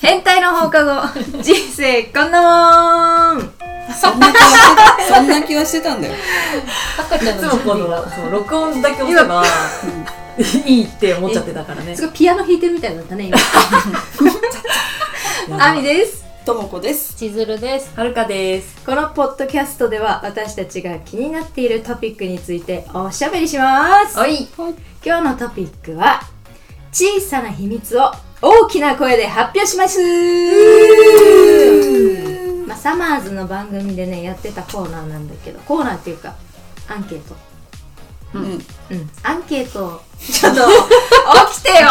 変態の放課後、人生こんなもんそんな気はしてたそんな気はしてたんだよ赤ちゃんいのつもこ準備のがその録音だけ押せばいいって思っちゃってたからねすごいピアノ弾いてるみたいになったね、今。 アミです。ともこです千鶴ですはるかですこのポッドキャストでは私たちが気になっているトピックについておしゃべりします。い今日のトピックは、小さな秘密を大きな声で発表しますまあ、サマーズの番組でね、やってたコーナーなんだけど、コーナーっていうか、アンケート。うんうん、アンケートをちょっと、起きて よ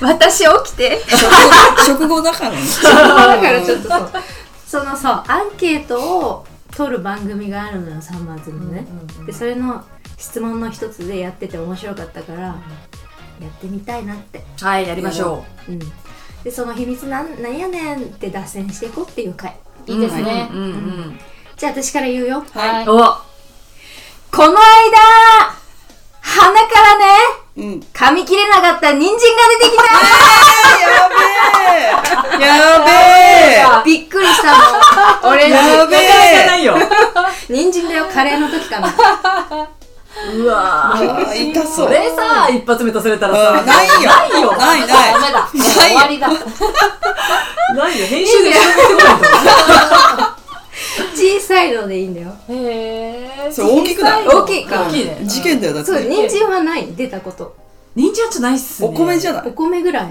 私起きて食食後だからねだからちょっとそう。そのそう、アンケートを取る番組があるのよ、サマーズのね。で、それの質問の一つでやってて面白かったから、やってみたいなって。はいやりましょうん。で、その秘密なんなんやねんって脱線していこうっていう回。ういいですねうんうんうんじゃあ私から言うよ。ははいいおこの間、鼻からね、うん噛み切れなかった人参が出てきたやべえ やびっくりしたもん。俺べえやべじゃえないよ人参だよ、カレーの時かな。うわーあー痛そうそれさ一発目とされたらあーさないよないよないないダメだ終わりだないよ編集で調べてこないと 小さいのでいいんだよ。へえそれ大きくない大きいか大きいね事件だよだっそう、て人参はない、出たこと。人参はちょっとないっすねお米じゃんなおい米ぐらいあ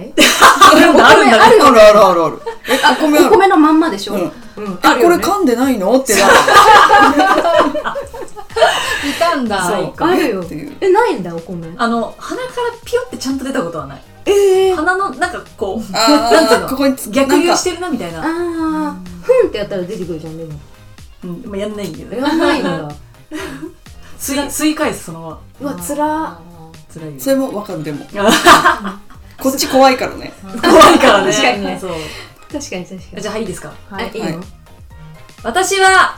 るんだあるんだあねるあよ。るあるあるあるえお米あおる米のまんまでしょ。ううんん。あえるこれよね。噛んでないのってなるいたんだそうあるよっていう。え、ないんだ、お米。あの鼻からピヨってちゃんと出たことはないええ鼻のなんかこうなんてあいうあのここにつ逆流しててるなみたいなあー、ふんってやったら出てくるじゃん、でも。でもやんないんだよえねないんだ。吸い吸い返すそのままうわ、つら。辛いよそれもわかるでもあこっち怖いからね怖いからね確かにねそう確かに確かにじゃあいいですか。あ、いいはのい私は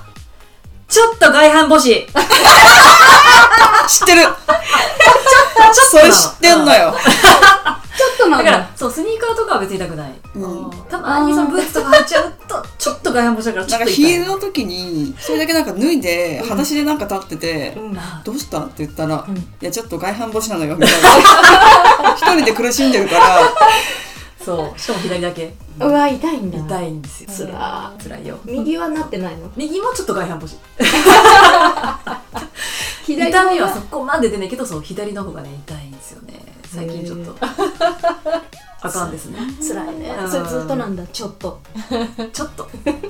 ちょっと外反母趾知ってるそれ知ってんのよちょっとなだんからだ。そうスニーカーとかは別に痛くないうんたまにそのブーツとか履いちゃうとちょっと外反母趾だからちょなんっとか痛いヒールの時にそれだけなんか脱いで裸足でなんか立っててうん「どうした?」って言ったらうん「いやちょっと外反母趾なのよ」みたいな一人で苦しんでるからそうしかも左だけうわ、痛いんだ。痛いんですよつら。辛いよ右はなってないの右もちょっと外反母趾左痛みはそそこまで出ないけどそう左の方がね痛いんですよね最近ちょっとあかんですねつらいねうん。それずっとなんだ、ちょっと。ちょっと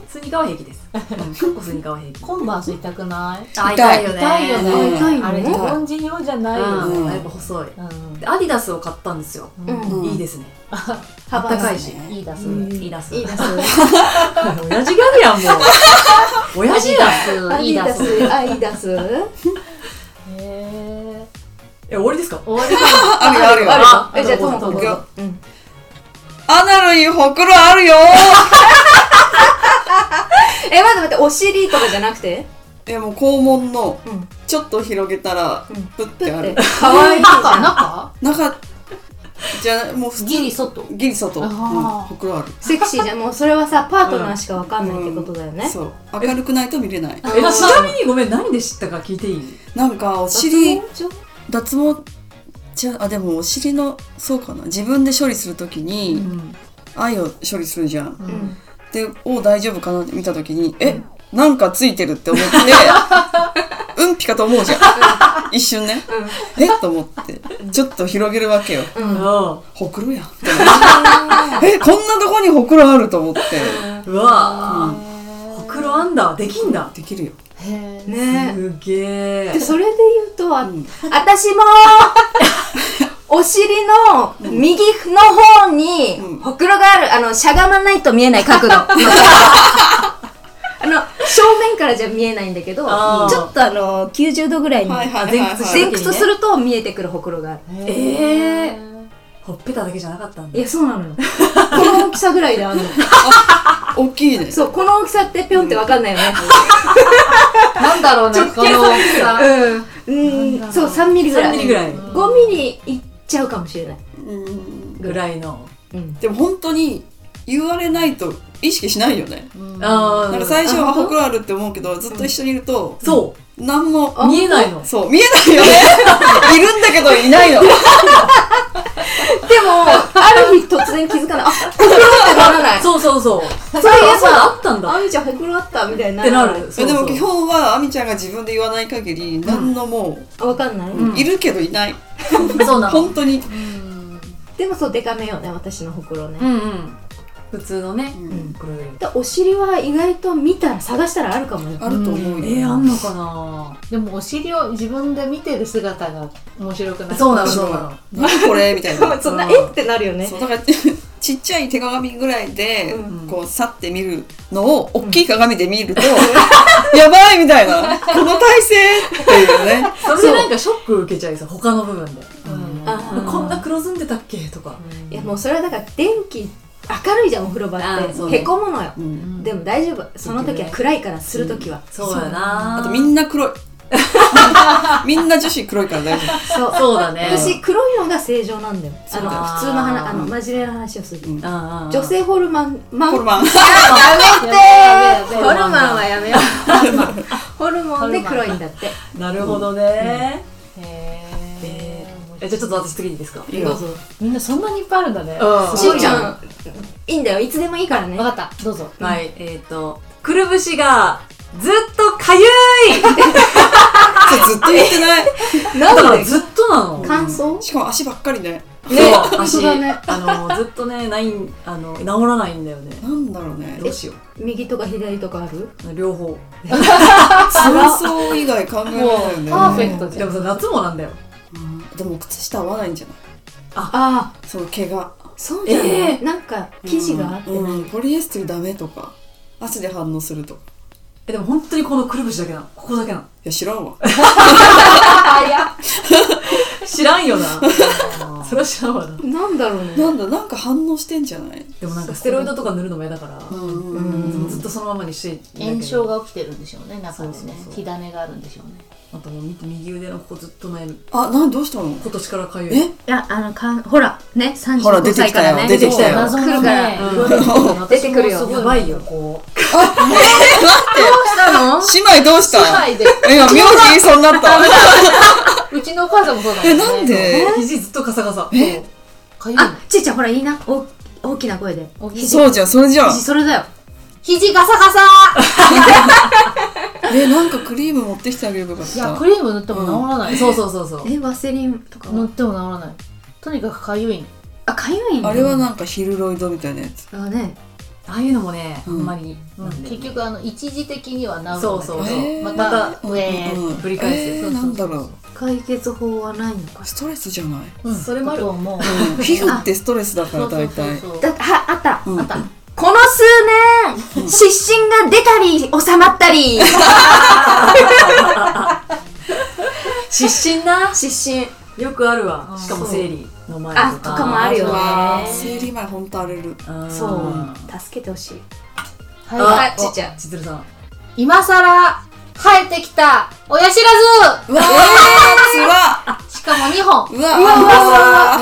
スニーカーは平気ですうんかっこスニーカーは平気コンバース痛くないあ痛い痛いよねうん痛いのあれ日痛い本人用じゃないようねんやっぱ細いうんでアディダスを買ったんですよ、うんいいですね幅が高いしいいだそうれんいいだそういいだそうもう親父ギャグやんもう親父だアディダスアディダス。アディダス。へええ終わりですか終わりあるよあるよあえ、じゃあ、とももこいくようん。アナルにほくろあるよえ、待って待って、お尻とかじゃなくて。いやもう肛門のうん。ちょっと広げたらうんプッてある可愛いじゃん。中中中じゃあもう普通ギリ外ギリ外うあんーほくろあるセクシーじゃん、もう、それはさ、パートナーしかわかんないってことだよね。そう明るくないと見れないえちなみにごめん何で知ったか聞いていいなんかお尻脱毛じゃあでもお尻のそうかな自分で処理するときうにん愛を処理するじゃん、うん。でお大丈夫かなって見たときにえなんかついてるって 思ってうんぴかと思うじゃん一瞬ね、えっと思ってちょっと広げるわけよう。うんわほくろやん って思ってえこんなとこにほくろあると思ってあほくろあんだできんだできるよ、へえねすげええ。で、それで言うと、あうん私も。お尻の右の方にうんほくろがあるあのしゃがまないと見えない角度あの正面からじゃ見えないんだけどちあーょっとあの90度ぐらいにはいはいはい前はい屈し前屈すると見えてくるほくろがあるええほっぺただけじゃなかったんだいやそうなのよこの大きさぐらいであんの大きいねそうこの大きさってぴょんってわかんないよねなんだろうねこの大きさうん、うん、そう3ミリぐらい3ミリぐらい5ミリいっちゃうかもしれないうんぐらいのうんでも本当に言われないと意識しないよね。うんあーなんか最初あは本当ほくろあるって思うけど、ずっと一緒にいると、そなんも、う見えないのそう、見えない よね。いるんだけどいないの。でも、ある日突然気づかない。あ、ほくろってならない。そうそうそうそういいえばえばあったんだあみちゃん、ほくろあったみたいになってならいるでも基本は、あみちゃんが自分で言わない限り、何のもあわかんない、う、いるけどいない。そうなの本当に。うんでもそう、デカめよね、私のほくろね。うんうん普通のねうんこれよりでお尻は意外と見たら、探したらあるかもよ。あると思うよ。えー、あんのかなでもお尻を自分で見てる姿が面白くないそうなの私そもうなの何これみたい な。そんな、えってなるよね。そうだから ちっちゃい手鏡ぐらいで、うんこう去って見るのを大きい鏡で見ると、 やばいみたいなこの体勢っていうねそれでなんかショック受けちゃいそう他の部分でうんああーこんな黒ずんでたっけとかいやもうそれはだから電気明るいじゃんお風呂場あっーそうてへねこむのよ、うんでも大丈夫その時は暗いからする時は、そうやなあとみんな黒いみんな女子黒いから大丈そうそうだね私黒いのが正常なんだよそあうだの普通の話あの真面目な話をする、うん女女性ホルマンマ夫ンホルマンやべやべやべホルマンはやめよう ホルモンで黒いんだってなるほどね、へーえじゃあちょっと私次にいいですかいいよどうぞみんなそんなにいっぱいあるんだねうんすしごんいちなゃんいいんだよいつでもいいからねわかったどうぞはいえっ、ー、とくるぶしがずっとかゆいそうずっと言ってないだかならずっとなの乾燥しかも足ばっかりねね本足当だねあのずっとねないんあの治らないんだよねなんだろう ねどうしよ右とか左とかあるう両方乾燥以外考えられないよねパーフェクトじでゃもんさ夏もなんだようんでも靴下合わないんじゃないああその毛がそうじゃない、えなんか生地があってない、うんポリエステルダメとか汗で反応するとかえでも本当にこのくるぶしだけなのここだけなのいや知らんわ知らんよ なそれは知らんわななんだろうねなんだなんか反応してんじゃないでもなんかステロイドとか塗るのも嫌だから、んうんずっとそのままにしていいんだけど炎症が起きてるんでしょうね中でそうねそうそう火種があるんでしょうねあともう右腕のここずっと悩みあなんどうしたの今年からかゆいえいや、あの、かん、ほら、ね、三ほら出てきたよ出てきたよ謎のね来るからいろいろ出てくるよ私もすごやばいよこうしたの姉妹どうし都た内でえ今名字言いそうになったうちのお母さんもそうだもえんねなんで肘ずっとカサカサえかゆいのあ、ちいちゃん、ほら、いいな。お、大きな声で。お肘そうじゃんそれじゃんそれだよ。肘ガサガサえなんかクリーム持ってきてあげればよかっいやたクリーム塗っても治らない、そうそうそうそうえ、ワセリンとか塗っはても治らないとにかくかゆいあ、かゆいのあれはなんかヒルロイドみたいなやつあね。ああいうのもねあうんんまりなんだよね結局あの一時的には治るんだけどそうそうそうえーままた上へ、うんうんぶり返すえそーうなそうんだろ解決法はないのかう。ストレスじゃないうんそれもあるだと思う皮膚ってストレスだからそうそ大うそう体そうだって、は、あった。うんあったこの数 年、失神が出たり、収まったり。失神な失神。よくあるわあしかもそう生理の前あ、とかもあるよあーね。生理前ほんと荒れるあそーう。助けてほしい。はい、あはい、ちいちゃん。千鶴さん今さら生えてきた親知らうわえずしかも2本つらううわ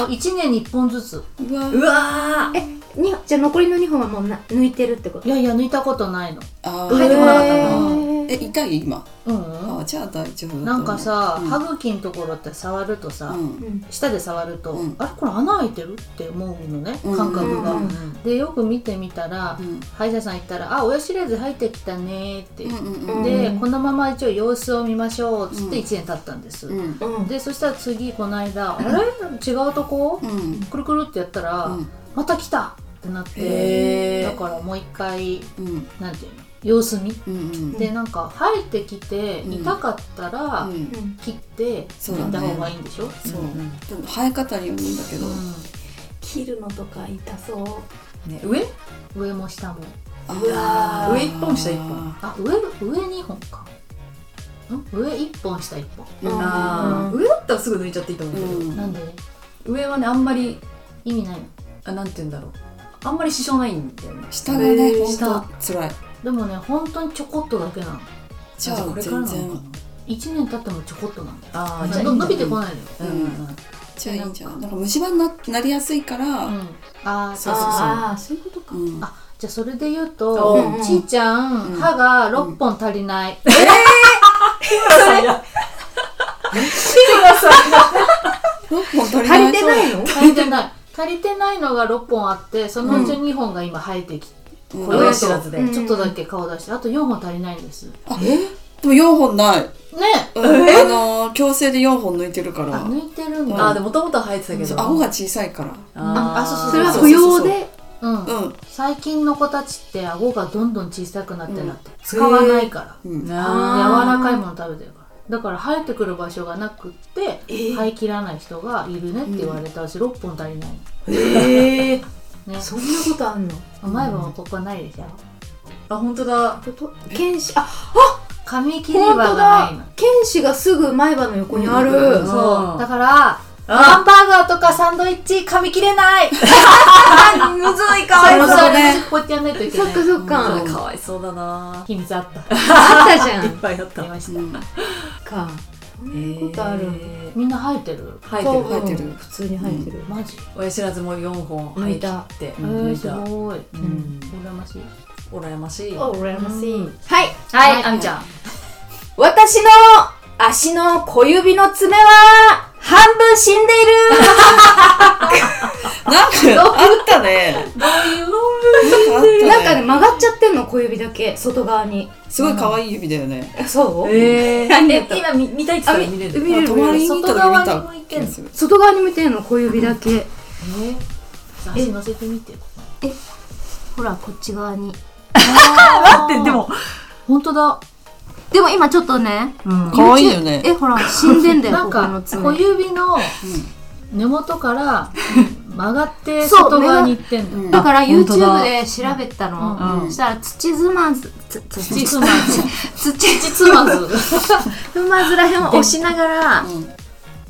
わ1年に1本ずつうわうわうわーえ、に、じゃあ残りの2本はもうな抜いてるってこといやいや抜いたことないのあ入ってこなかったんだーえ痛い今うん、あじゃあ大丈夫だと思う、うんなんかさ、うん歯茎のところって触るとさ、うんうん。舌で触ると、うんあれこれ穴開いてるって思うのねうん感覚が、うんうんでよく見てみたら、うん歯医者さん行ったら「あ親知らず入ってきたね」って、うんうんで、うんこのまま一応様子を見ましょうっつってうん1年経ったんです、うんうんうん。でそしたら次この間「あれ違うとこうんくるくる」ってやったら「うんまた来た!」ってなってへーだからもう一回うんなんていうの様子見、うんうんでなんか生えてきてうん痛かったら、うんうん切ってそう切だねった方がいいんでしょ、そううんうんでも生え方によるんだけど切るのとか痛そう。ね上うん上も下もあうわー上一本下一本あ上上2本かん上1本下1本、うんあーうん上だったらすぐ抜いちゃっていいと思ううんだけどんなんで上はねあんまり意味ないのあなんて言うんだろうあんまり支障ないんだよね下がね上ほん下とつらいでもね本当にちょこっとだけなのじゃこあれから全なのか然1年経ってもちょこっとなんだよなああーじゃあの伸びてこいないのようんうんちゃいいんじゃないなんか虫歯にななりやすいから、うん、あーそうそうそうああそういうことかうんあじゃあそれで言うと、うんちいちゃん、うん歯が6本足りない、六本足り足なりいてないの足りてない足りてないのが6本あってそのうち2本が今生えてきて、うん親知らずでうんちょっとだけ顔出してあと4本足りないんですねでも4本ない、えうんあのー矯正で4本抜いてるかあら抜いてるんうんあーだでもともと生えてたけそうど顎が小さいからあそうそれは不よ要でうんうん最近の子たちって顎がどんどん小さくなってなって、ん使わないからうんへーあ柔らかいもの食べてるからだから生えてくる場所がなくって生えきらない人がいるねって言われたし、6本足りないええ ねそんなことあんの前歯もここないでしょあ本当だこと剣士あ髪切り本歯当がないのだ剣士がすぐ前歯の横にある、うんうんそうだからハあンバーガーとかサンドイッチ噛み切れないむずい そかれもそそれこうやってやんないといけなっかいそっか、それかわいそうだな秘密あったあったじゃいっんぱいあったありましうたんかそんなことあるんだえみんな生えてるー生えて頭る部生えてるうん普通に生えてる、マジ親知らずも4本生えてきてえ抜ー、いすたごいうん羨ましい羨ましいお羨ましい、うんはい。はいあみちゃん私の足の小指の爪は、半分死んでいるなんかあったねなんかあったね なんかね曲がっちゃってんの小指だけ外側にすごい可愛い指だよね、そう、えーなんでえ今見見たいって言あったみら見れ見れるる見あ泊まれるりに行った時見た気がする外側に向いてんの小指だけ、えー、足乗せてみて ほら、こっち側に。待でも本当だでも今ちょっとね、可愛いよねえ、ほら、死んでんだよ、 なんここのか爪。小指の根元から曲がってそう外側に行ってんだうんだから本当だ YouTube で調べたうんの。そしたら、土ずまず、つつ土土つま ず土土つまずずまずらへんを押しながら、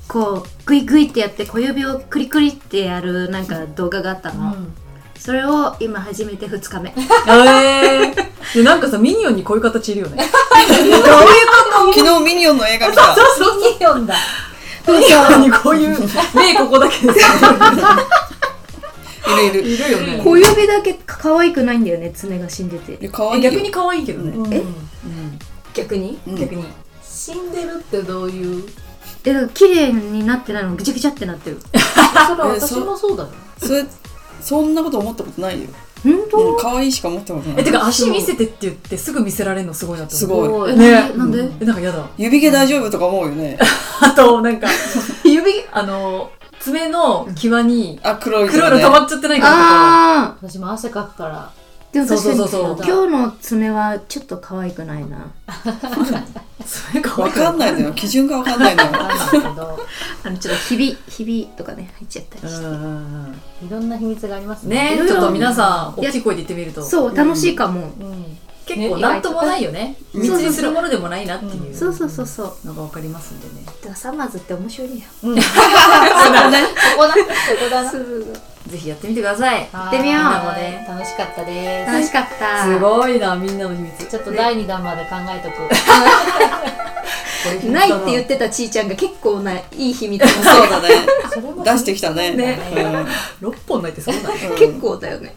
こう、グイグイってやって、小指をクリクリってやるなんか動画があったうの。んそれを今始めて2日目。えーでなんかさミニオンにこういう形いるよ ね昨日ミニオンの映画見たミニオンだミニオンにこういう目ここだけですいるいるいるよね小指だけ可愛くないんだよね爪が死んでていや可愛いよ逆に可愛いけどねえ逆にうん逆に死んでるってどういうえだから綺麗になってないのぐちゃぐちゃってなってるそれ私もそうだよそれそんなこと思ったことないよ本当、うん可愛いしか思ったことなえいてか足見せてって言ってすぐ見せられるのすごいなとす思うごいえねなんで、えなんかやだ指毛大丈夫とか思うよねあとなん か指あの爪の際にあ黒いと黒いかのね溜まっちゃってないかああ私も汗かくからでもそう確かそうにそうそう今日の爪はちょっと可愛くないなとかそれかわわかかんんなないいのよ基準がわかんないのよ あるんだけどあのちょっとひびひびとかね入っちゃったりして、いろんな秘密がありますねねいろいちろょっと皆さん大きい声で言ってみるとそう楽しいかも、うん結構なんともないよねうん密にするものでもないなっていうそうそうそうそうのがわかりますんでねだからサマーズって面白いんだよここだここだなぜひやってみてください 行ってみよう楽しかったです楽しかったすごいなみんなの秘密ちょっと第2弾まで考えとくないって言ってたちーちゃんが結構ないい秘 密そうだねそれも出してきたねねうん6本ないってそうなのうん結構だよね